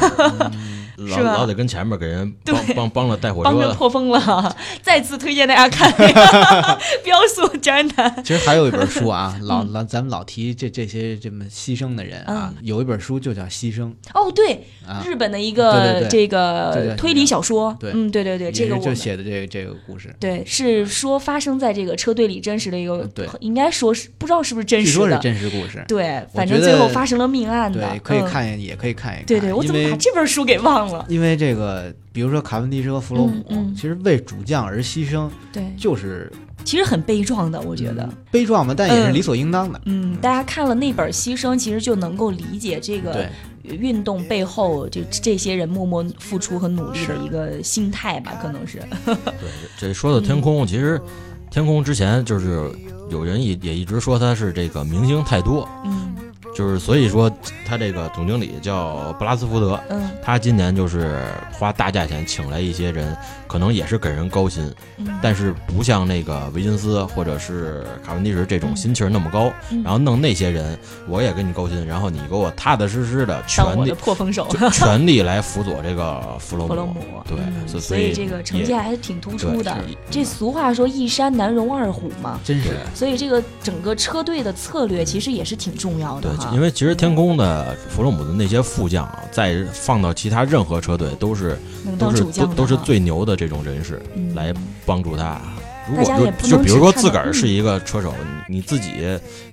老
嗯是吧
老得跟前面给人
对
帮帮帮了带火
帮着
车，
破风了。 [laughs] 再次推荐大家看
[laughs]
那个《标速宅男》。
其实还有一本书
[laughs]
啊，老
嗯
老咱们老提这这些这么牺牲的人啊，有一本书就叫《牺牲》，
哦，对，
啊
日本的一个
对对对
这
这叫什
个
么
推理小说。
对
嗯，对对对，
也
这
是
个我
就
们
写的这个这个故事。
对，是说发生在这个车队里真实的一个，
嗯对
应该说是不知道是不是真
据
实
说是
的，
真实故事，
对，
我
反正
觉
最后
得
发生了命案的，
对，可以
嗯
看，也可以看一看。
对对，
啊
我
因
怎么
为
把这本书给忘了？
因为这个，比如说卡文迪车和弗洛姆，
嗯嗯
其实为主将而牺牲，
对，
就是
其实很悲壮的，我觉得。
嗯悲壮吧，但也是
嗯
理所应当的。
嗯，大家看了那本《牺牲》，其实就能够理解这个
对，
运动背后这这些人默默付出和努力的
是
一个心态吧，可能是。
对，这说到天
嗯
空，其实天空之前就是有人也也一直说他是这个明星太多，
嗯
就是所以说他这个总经理叫布拉斯福德，
嗯
他今年就是花大价钱请来一些人，可能也是给人高薪，
嗯，
但是不像那个维金斯或者是卡文迪什这种心气儿那么高，
嗯
然后弄那些人，我也给你高薪，然后你给我踏踏实实的
当
全
我
力
的破风手。
就全力来辅佐这个弗
[laughs]
洛
弗洛
姆
姆，
对，
嗯
所
所以
以
这个成绩还是挺突
也
出
对
的。
是嗯
这俗话说“一山难容二虎”嘛，
真是
对
所以这个整个车队的策略其实也是挺重要
对
的，哈。
因为其实天空的弗洛姆的那些副将啊，在放到其他任何车队都是
能
都
当
是
主将
都
的
都是
哈
最牛的这种人士
嗯
来帮助他。如
大
果
家也不
就就
能
比
只
如说
看
自
到
个儿
嗯
是一个车手，你你自己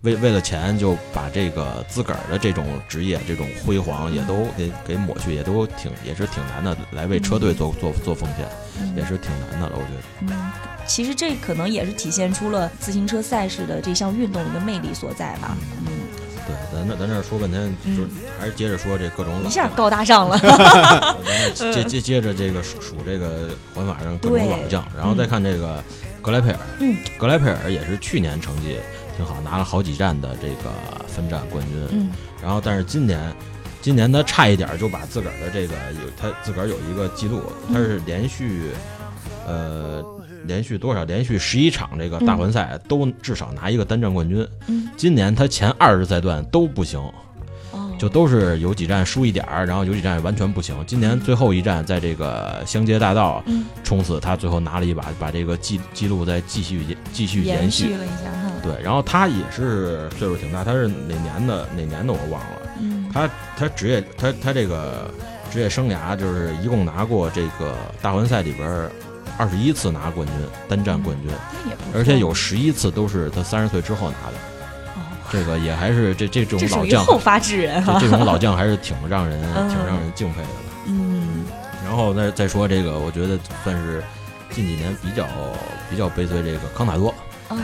为为了钱就把这个自个儿的这种职业、这种辉煌也
嗯
都给给抹去，也都挺也是挺难的，来为车队做做做奉献
嗯
也是挺难的了，我觉得。
嗯，其实这可能也是体现出了自行车赛事的这项运动的一个魅力所在吧。嗯，
对，咱这咱这说半天，就是还是接着说这各种
一
老
下
将
高大上了。
[laughs]
嗯
咱这接接接着这个数数这个环法上各种老将，然后再看这个格莱佩尔，
嗯，
格莱佩尔也是去年成绩挺好，拿了好几站的这个分站冠军，
嗯
然后但是今年。今年他差一点儿就把自个儿的这个有他自个儿有一个记录，
嗯
他是连续，呃，连续多少？连续十一场这个大环赛都至少拿一个单站冠军。
嗯，
今年他前二十赛段都不行，
哦，
就都是有几站输一点儿，然后有几站完全不行。今年最后一站在这个香街大道
嗯
冲刺，他最后拿了一把，把这个记记录再继续延继续
延
延
续
续。
了一下哈。
对，然后他也是岁数挺大，他是哪年的哪年的我忘了。
嗯
他他职业他他这个职业生涯就是一共拿过这个大环赛里边二十一次拿冠军，单站冠军，
那也不错
而且有十一次都是他三十岁之后拿的。
哦，
这个也还是这这种
这属
老
于
将
后发制人
[laughs]
哈。
这这种老将还是挺让人、
啊嗯
挺让人敬佩的吧。
嗯
然后再再说这个，我觉得算是近几年比较比较悲催这个康塔多。
啊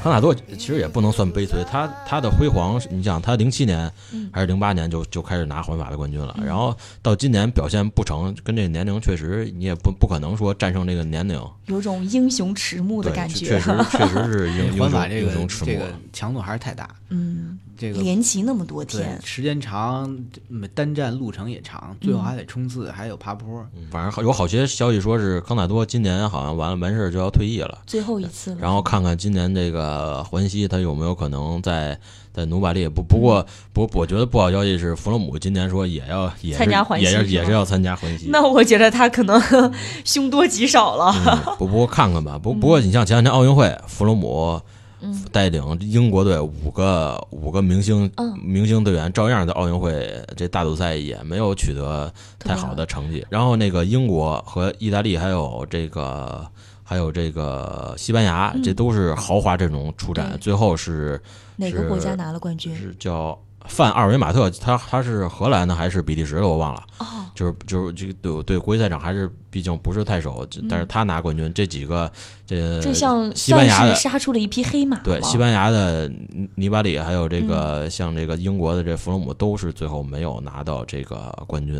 康塔多其实也不能算悲催，他他的辉煌，你想他零七年
嗯
还是零八年就就开始拿环法的冠军了，
嗯
然后到今年表现不成，跟这年龄确实你也不不可能说战胜这个年龄，
有种英雄迟暮的
对，
感觉。 [laughs]
确确实确实是英英
环
雄
法这
英
个
雄迟
这
暮
个。强度还是太大，
嗯，
这个
连骑那么多
对
天，
时间长，嗯单站路程也长，最后还得冲刺，还有爬坡。
嗯反正好有好些消息说是康塔多今年好像完了完事儿就要退役了，
最后一次了。
然后看看今年这个环西他有没有可能在在努把利。不不过不，我觉得不好消息是弗洛姆今年说也要也是
参加环西
也要
是吗
也是要参加环西。
那我觉得他可能 [laughs] 凶多吉少了。
嗯不不过看看吧，不不过你像前两天奥运会，弗洛姆
嗯
带领英国队五个五个明星
嗯
明星队员，照样在奥运会这大组赛也没有取得太好的成绩。然后那个英国和意大利还有这个还有这个西班牙，这都是豪华阵容出战，
嗯对
最后是
哪个国家拿了冠军？
是叫。范二维马特，他他是荷兰的还是比利时的，我忘了。
哦，
就是就是这个对对国际赛场还是毕竟不是太熟，就但是他拿冠军，这几个这
嗯这像
呃西
算
班牙的
是杀出了一匹黑马吧。
对西班牙的尼尼巴里，还有这
嗯
个像这个英国的这弗洛姆，都是最后没有拿到这个冠军，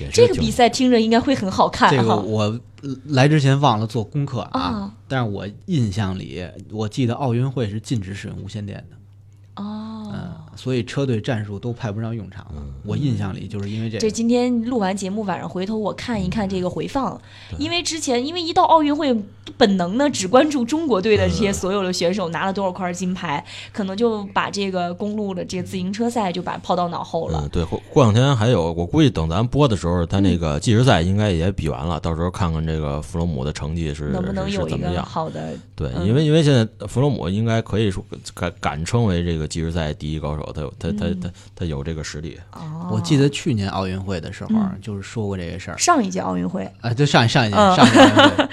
也是
这个
挺
比赛听着应该会很好看
这个
哈。
我来之前忘了做功课
啊
啊，但是我印象里，我记得奥运会是禁止使用无线电的，
哦，
嗯，所以车队战术都派不上用场了。我印象里就是因为这
这
个，
今天录完节目，晚上回头我看一看这个回放，因为之前因为一到奥运会，本能呢只关注中国队的这
嗯
些所有的选手拿了多少块金牌，可能就把这个公路的这个自行车赛就把它抛到脑后了
嗯，。对，过过两天还有，我估计等咱播的时候，他那
嗯
个计时赛应该也比完了，到时候看看这个弗洛姆的成绩嗯是
能不能
是
有
是
一
怎么
个
样。
好的？
对，
嗯
因为因为现在弗洛姆应该可以说敢敢称为这个计时赛第一高手，他有他
嗯
他他他有这个实力。
哦，
我记得去年奥运会的时候
嗯
就是说过这个事儿。
上一届奥运会，
啊，对，上一上一届
嗯
上一届奥运
[laughs]
会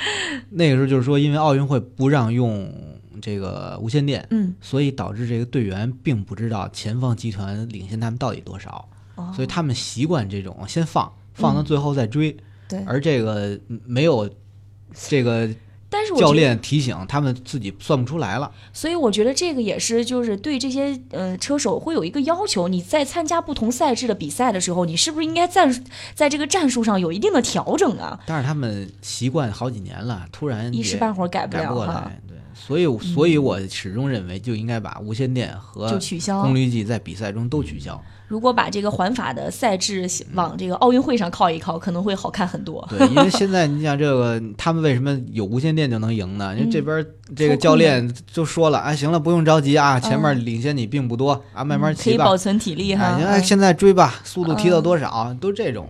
那个时候就是说，因为奥运会不让用这个无线电，
嗯，
所以导致这个队员并不知道前方集团领先他们到底多少，
哦嗯
所以他们习惯这种先放，放到最后再追，
对
而这个嗯没有这个
但是我
教
觉得
练提醒，他们自己算不出来了。
所以我觉得这个也是，就是对这些呃车手会有一个要求，你在参加不同赛制的比赛的时候，你是不是应该战术在这个战术上有一定的调整啊？
但是他们习惯好几年了，突然
一时
也
半会儿改不
改
了
不过
哈，嗯
来，对，所以所以我始终认为就应该把无线电
就
和
取消
功。率计在比赛中都取消。
如果把这个环法的赛制往这个奥运会上靠一靠，可能会好看很多。
嗯对，因为现在你想这个，他们为什么有无线电就能赢呢？因为这边儿这个
嗯操控嗯
教练就说了，哎，行了，不用着急啊，前面领先你并不多啊，慢
[laughs]
慢
可以
骑吧
保。存体力哈
哎，。行，哎现在追吧，速度
嗯
提到多少，都这种。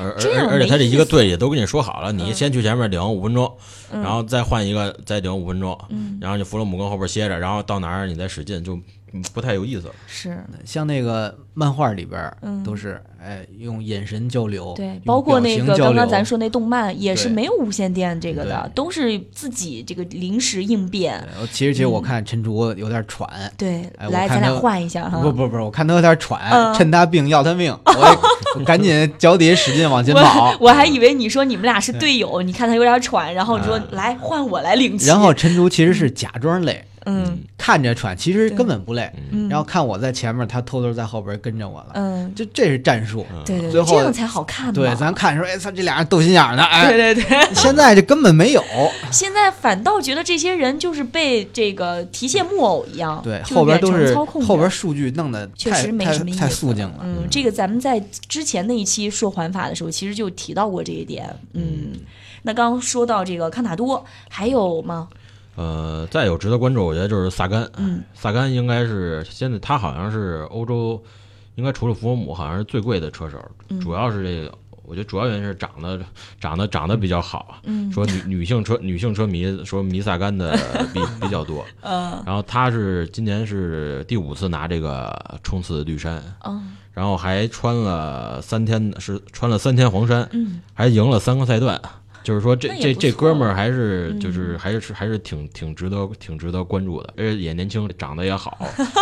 而而
这样
而而且
没
他这一
意
个
思
队也都跟你说好了，你
嗯
先去前面领五分钟，
嗯
然后再换一个再领五分钟，
嗯
然后就弗洛姆跟后边歇着，然后到哪儿你再使劲，就嗯不太有意思了。
是
像那个漫画里边儿
嗯
都是，哎，用眼神交流，
对
用，
包括
哦表
那
情
个
交
刚刚
流
咱。说那动漫也是
对
没有无线电这个的
对，
都是自己这个临时应变
对。我呃其实其实
嗯
我看陈竹有点喘，
对，
哎我
来，咱
看
俩
他
换一下哈。
不不不，我看他有点喘，
啊嗯
趁他病要他命，我也我赶紧脚底下使劲往前跑。
我还以为你说你们俩
嗯
是队友，你看他有点喘，然后你说、来换我来领旗。
然后陈竹其实是假装累，
嗯
看着喘，其实根本不累。
嗯，
然后看我在前面，他偷偷在后边跟着我了。
嗯，
这这是战术，
对对
嗯最
对，
后
这样才好看嘛。
对，咱看说，哎操，这俩人斗心眼儿呢，
[laughs]
哎，
对对对，
现在这根本没有。
现在反倒觉得这些人就是被这个提线木偶一样，
对，
就是
后边
远
都
程
是
操控着
后边数据弄得
确
太
实没
太
什么意
太
思
肃静了。
嗯，这个咱们在之前那一期说环法的时候，其实就提到过这一点。嗯，那刚刚说到这个康塔多，还有吗？
呃，再有值得关注，我觉得就是萨甘。哎
嗯，
萨甘应该是现在他好像是欧洲，应该除了弗洛姆，好像是最贵的车手，
嗯
主要是这个。我觉得主要原因是长得长得长得比较好，啊
嗯
说女女性车女性车迷说迷萨甘的 [laughs] 比比较多，
呃，
然后他是今年是第五次拿这个冲刺绿衫，
嗯
然后还穿了三天是穿了三天黄衫，
嗯，
还赢了三个赛段。就是说这
那，也
这
不
这
错
哥们儿还是
嗯
就是还是还是挺挺值得挺值得关注的，而且也年轻，长得
[laughs]
也好，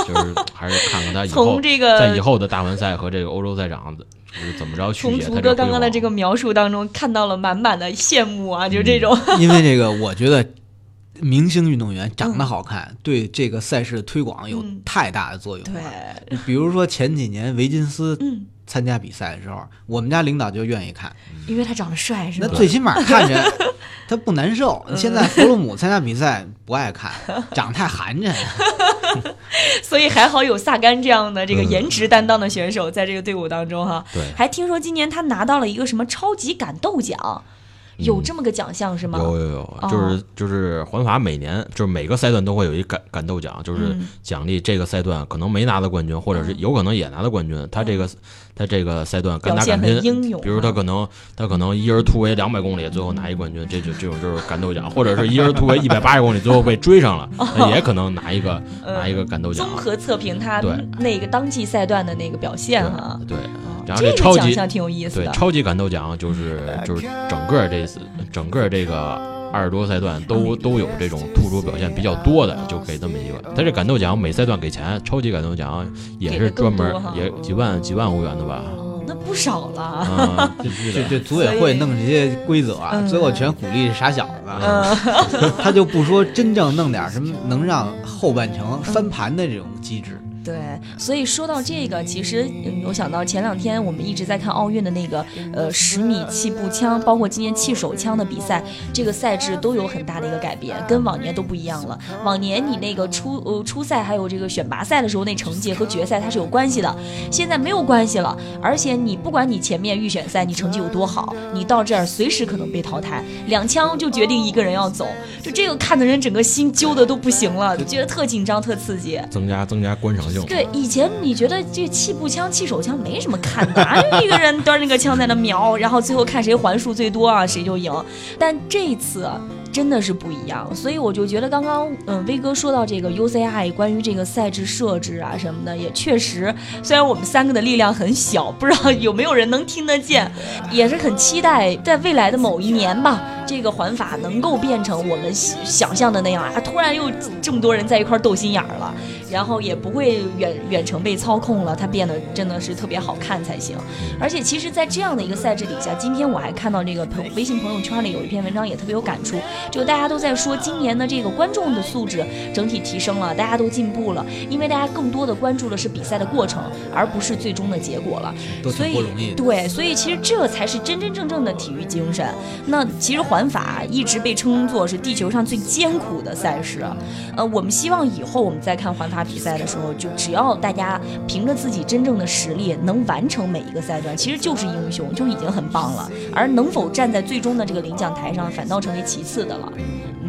就是还是看看他以后
从这
在
个
以后的大环赛和这个欧洲赛场就是怎么着
从
续写。
图
他
哥
这
刚刚的
辉煌
这个描述当中，看到了满满的羡慕啊，就
嗯
这种。
因为这个，我觉得明星运动员长得好看，对这个赛事的推广有
嗯
太大的作用
对 [laughs]
了。，比如说前几年维金斯
嗯，
参加比赛的时候，我们家领导就愿意看。
因为他长得帅是嗯
那
吗？
最起码
[laughs]
看着他不难受。现在弗洛姆参加比赛不爱看，长太寒碜。
所以还好有萨甘这样的这个
嗯
颜值担当的选手在这个队伍当中哈。
对
还听说今年他拿到了一个什么超级感动奖，有这么个奖项是吗？
嗯有有有，就
哦
是就是环法每年就是每个赛段都会有一感感斗奖，就是
嗯
奖励这个赛段可能没拿到冠军，或者是有可能也拿到冠军。他这个他这个赛段
嗯表
敢打
现
敢
很
拼，
英勇啊，
比如他可能他可能一人突围两百公里，最后拿一冠军，这就这种就是感斗奖，或者是一人突
[laughs]
围一百八十公里，最后被追上了，他也可能拿一个
嗯
拿一个感斗奖
综。合测评他
对
那个当季赛段的那个表现哈。
对，
嗯哦
然后
这
这
个
超
奖
级
项挺有意思
对，
的。
超级感斗奖就是就是整个这次整个这个二十多赛段
嗯
都都有这种突出表现比较多的，就给这么一个。他这感斗奖每赛段给钱，超级感斗奖也是专
给的更
门
多哈
也几万几万欧元的
[laughs]
吧？
哦那不少了。
啊，
这这组委会弄这些规则啊
嗯，
最后全鼓励傻小子，
嗯，
[laughs] 他就不说真正弄点什么能让后半程翻盘的这种机制。
对，所以说到这个，其实嗯，我想到前两天我们一直在看奥运的那个呃十米气步枪，包括今年气手枪的比赛，这个赛制都有很大的一个改变，跟往年都不一样了。往年你那个初呃初赛还有这个选拔赛的时候，那成绩和决赛它是有关系的，现在没有关系了。而且你不管你前面预选赛你成绩有多好，你到这儿随时可能被淘汰，两枪就决定一个人要走，就这个看的人整个心揪的都不行了，觉得特紧张特刺激。
增加增加观赏性。
对，以前你觉得这气步枪、气手枪没什么看的，啊，就一个人端着个枪在那瞄，然后最后看谁环数最多啊，谁就赢。但这次啊真的是不一样，所以我就觉得刚刚嗯威哥说到这个 UCI 关于这个赛制设置啊什么的，也确实，虽然我们三个的力量很小，不知道有没有人能听得见，也是很期待在未来的某一年吧，这个环法能够变成我们想想象的那样啊，突然又这么多人在一块儿斗心眼儿了。然后也不会远远程被操控了，它变得真的是特别好看才行。而且其实，在这样的一个赛制底下，今天我还看到这个朋微信朋友圈里有一篇文章也特别有感触，就大家都在说今年的这个观众的素质整体提升了，大家都进步了，因为大家更多的关注的是比赛的过程，而不是最终的结果了。
都
所以
挺不容易的
对，所以其实这才是真真正正的体育精神。那其实环法一直被称作是地球上最艰苦的赛事。呃，我们希望以后我们在看环法比赛的时候，就只要大家凭着自己真正的实力能完成每一个赛段，其实就是英雄，就已经很棒了。而能否站在最终的这个领奖台上，反倒成为其次的了。嗯，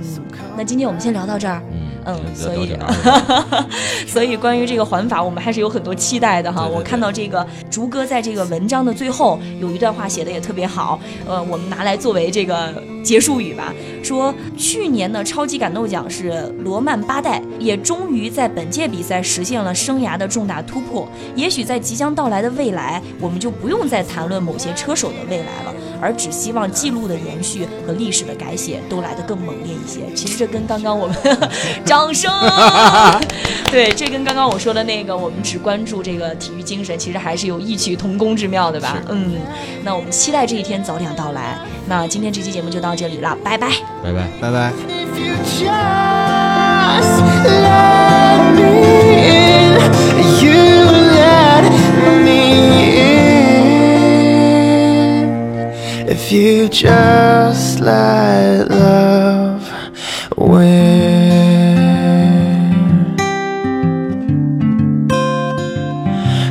那今天我们先聊到这儿。嗯
嗯，
所 [laughs]
都
以
挺高兴的
所以关于这个环法，我们还是有很多期待的哈。
对对对
我看到这个竹哥在这个文章的最后有一段话写的也特别好，呃，我们拿来作为这个结束语吧。说去年的超级感动奖是罗曼八代，也终于在本届比赛实现了生涯的重大突破。也许在即将到来的未来，我们就不用再谈论某些车手的未来了，而只希望记录的延续和历史的改写都来得更猛烈一些。其实这跟刚刚我们 [laughs] 掌声。对，这跟刚刚我说的那个，我们只关注这个体育精神，其实还是有异曲同工之妙的吧？嗯，那我们期待这一天早点到来。那今天这期节目就到这里了，拜拜。
拜拜。
拜拜。
If you just let me in, you let me in. If you just let love win,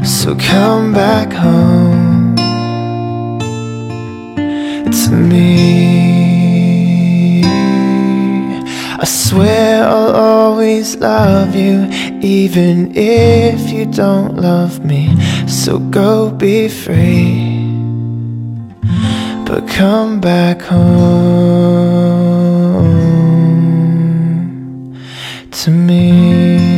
so come back home to me. I swear I'll always love you, even if you don't love me. So go be free, but come back home to me.